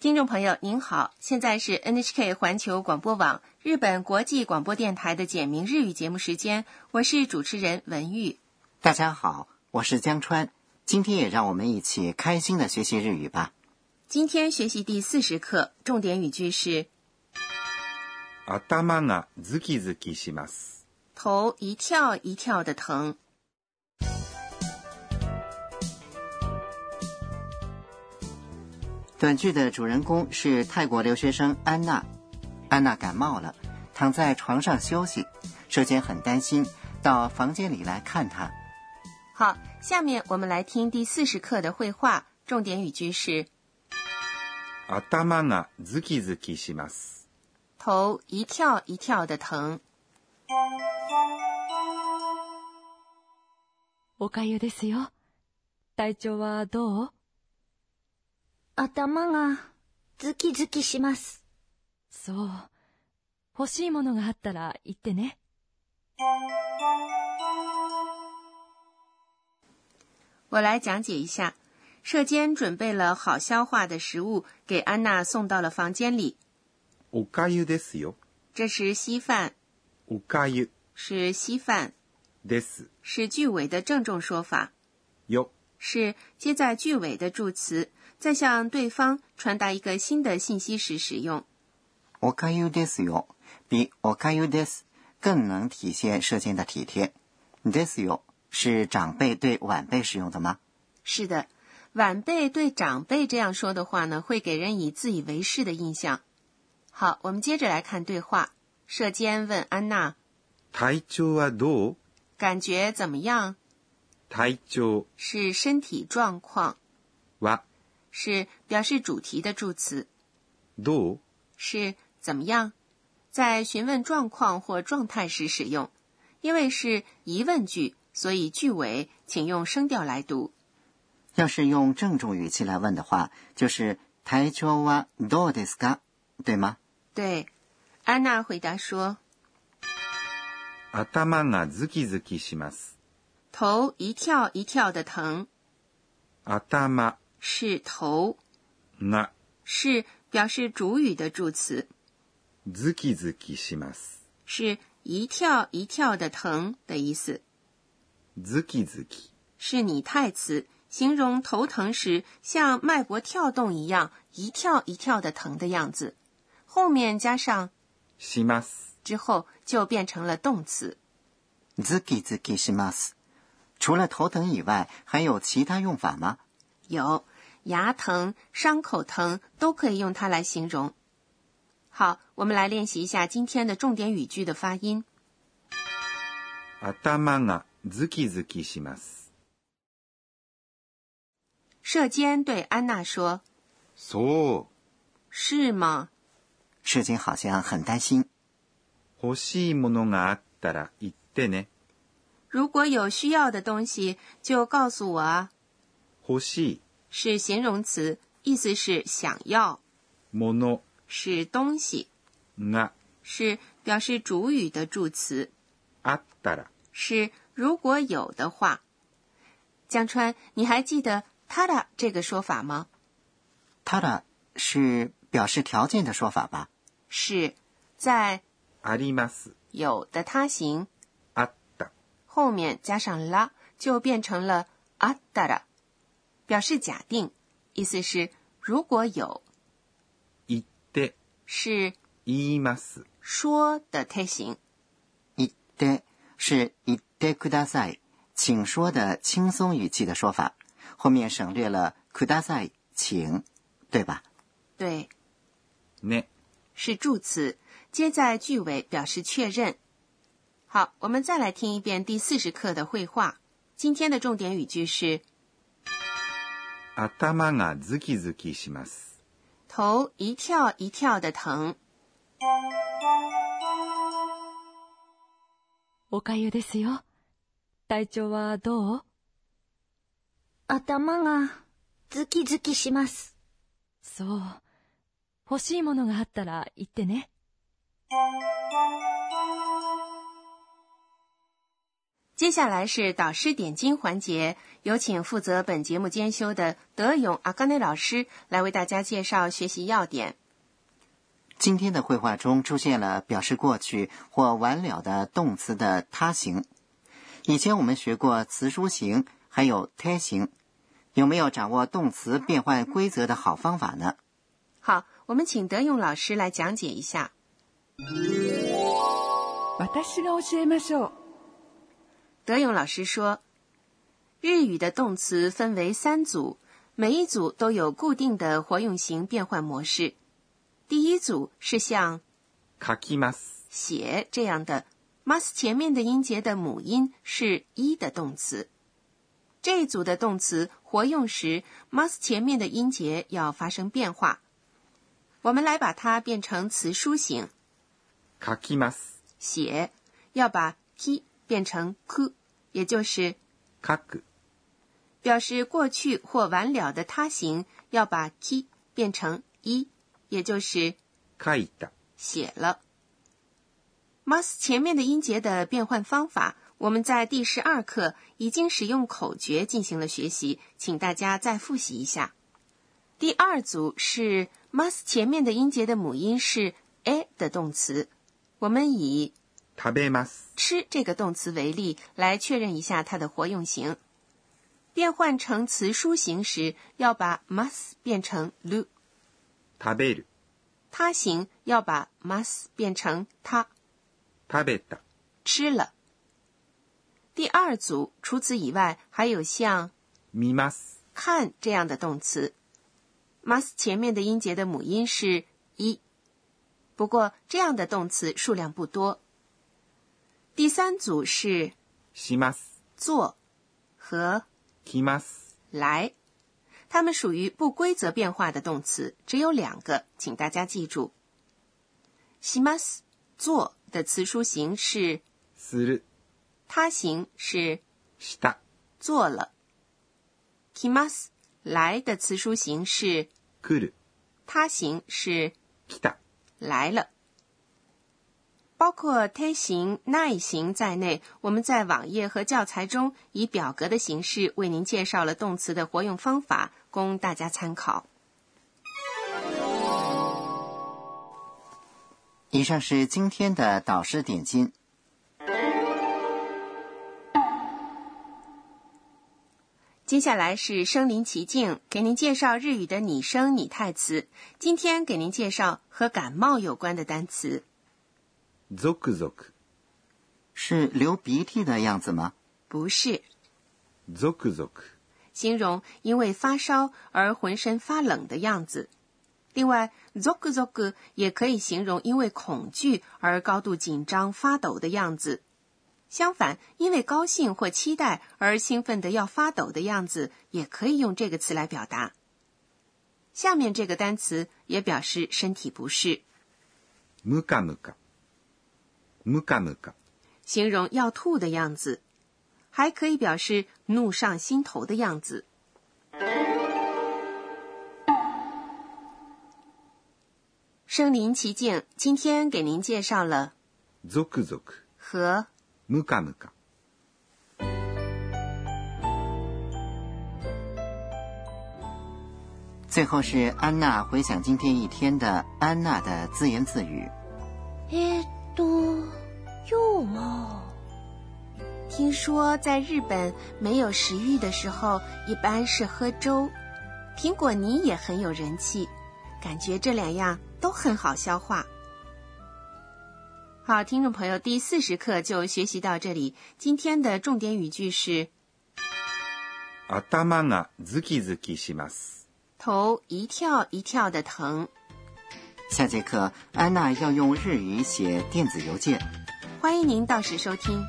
听众朋友您好，现在是 NHK 环球广播网日本国际广播电台的简明日语节目时间，我是主持人文玉。大家好，我是江川，今天也让我们一起开心的学习日语吧。今天学习第四十课，重点语句是頭がズキズキします。头一跳一跳的疼。短剧的主人公是泰国留学生安娜，安娜感冒了，躺在床上休息，舍监很担心，到房间里来看她。好，下面我们来听第四十课的绘画，重点语句是頭がズキズキします。头一跳一跳的疼。おかゆですよ。体調はどう頭がズキズキします。そう。欲しいものがあったら言ってね。我来讲解一下。舍监准备了好消化的食物，给安娜送到了房间里。おかゆですよ。这是稀饭，おかゆ是稀饭，です是句尾的郑重说法，よ。是接在句尾的助词，在向对方传达一个新的信息时使用。おかゆですよ，比おかゆです更能体现舍监的体贴。ですよ是长辈对晚辈使用的吗？是的，晚辈对长辈这样说的话呢，会给人以自以为是的印象。好，我们接着来看对话。舍监问安娜体調はどう：“感觉怎么样？”体調是身体状况，は是表示主题的助词，どう是怎么样？在询问状况或状态时使用，因为是疑问句，所以句尾请用声调来读。要是用郑重语气来问的话，就是体調はどうですか，对吗？对，安娜回答说頭がズキズキします。：“头一跳一跳的疼，頭是头，が是表示主语的助词，ズキズキします。是一跳一跳的疼的意思。”ズキズキ。是拟态词，形容头疼时像脉搏跳动一样一跳一跳的疼的样子。后面加上します。之后就变成了动词。ズキズキします。除了头疼以外，还有其他用法吗？有牙疼、伤口疼都可以用它来形容。好，我们来练习一下今天的重点语句的发音。頭がズキズキします。舍监对安娜说そ：“是吗？事情好像很担心。う。欲しいものがあったら言ってね。如果有需要的东西，就告诉我啊。欲しい”是形容词，意思是想要，もの是东西。が是表示主语的助词，あったら是如果有的话。江川，你还记得“他的”这个说法吗？ただ是表示条件的说法吧？是在あります。有的他形あった。后面加上拉，就变成了あったら，表示假定，意思是如果有，言って、是言います。说的他形。言って是言ってください，请说的轻松语气的说法，后面省略了ください，请，对吧？对，ね。是助词，接在句尾表示确认。好，我们再来听一遍第四十课的绘画。今天的重点语句是頭がズキズキします。 “头一跳一跳的疼おかゆですよ。体調はどう頭がズキズキします。そう。欲しいものがあったら言ってね。”。接下来是导师点睛环节，有请负责本节目监修的德勇阿甘内老师来为大家介绍学习要点。今天的绘画中出现了表示过去或完了的动词的他形。以前我们学过词书形，还有胎形。有没有掌握动词变换规则的好方法呢？好，我们请德勇老师来讲解一下。私が教えましょう。德勇老师说，日语的动词分为三组，每一组都有固定的活用型变换模式。第一组是像書きます。写这样的 mas 前面的音节的母音是一的动词。这一组的动词活用时，mas 前面的音节要发生变化。我们来把它变成词书形，書きます。写要把 ki 变成 ku，也就是書く。表示过去或完了的他形，要把 ki 变成一，也就是書いた。写了。mas 前面的音节的变换方法，我们在第十二课已经使用口诀进行了学习，请大家再复习一下。第二组是 mas 前面的音节的母音是 a 的动词，我们以食べます。吃这个动词为例，来确认一下它的活用型。变换成词书形时，要把 mas 变成 lu，食べる。他形要把 mas 变成他。食べた。吃了。第二组，除此以外，还有像見ます。看这样的动词。mas 前面的音节的母音是一，不过这样的动词数量不多。第三组是します。做和来ます。来，它们属于不规则变化的动词，只有两个，请大家记住。します做的词书形是する。他形是した。做了。kimas 来的词书形式，来る。他形是来た。来了。包括推形、奈形在内，我们在网页和教材中以表格的形式为您介绍了动词的活用方法，供大家参考。以上是今天的导师点睛。接下来是身临其境，给您介绍日语的拟声拟态词。今天给您介绍和感冒有关的单词。ゾクゾク。是流鼻涕的样子吗？不是，ゾクゾク。形容因为发烧而浑身发冷的样子。另外，zog zog 也可以形容因为恐惧而高度紧张发抖的样子。相反，因为高兴或期待而兴奋的要发抖的样子，也可以用这个词来表达。下面这个单词也表示身体不适，ムカムカ。ムカムカ。形容要吐的样子，还可以表示怒上心头的样子。身临其境，今天给您介绍了ゾクゾク。和ムカムカ。最后是安娜回想今天一天的安娜的自言自语。えーっと、今日は、听说在日本没有食欲的时候，一般是喝粥，苹果泥也很有人气，感觉这两样都很好消化。好，听众朋友，第四十课就学习到这里。今天的重点语句是頭がズキズキします。头一跳一跳的疼。下节课安娜要用日语写电子邮件。欢迎您到时收听。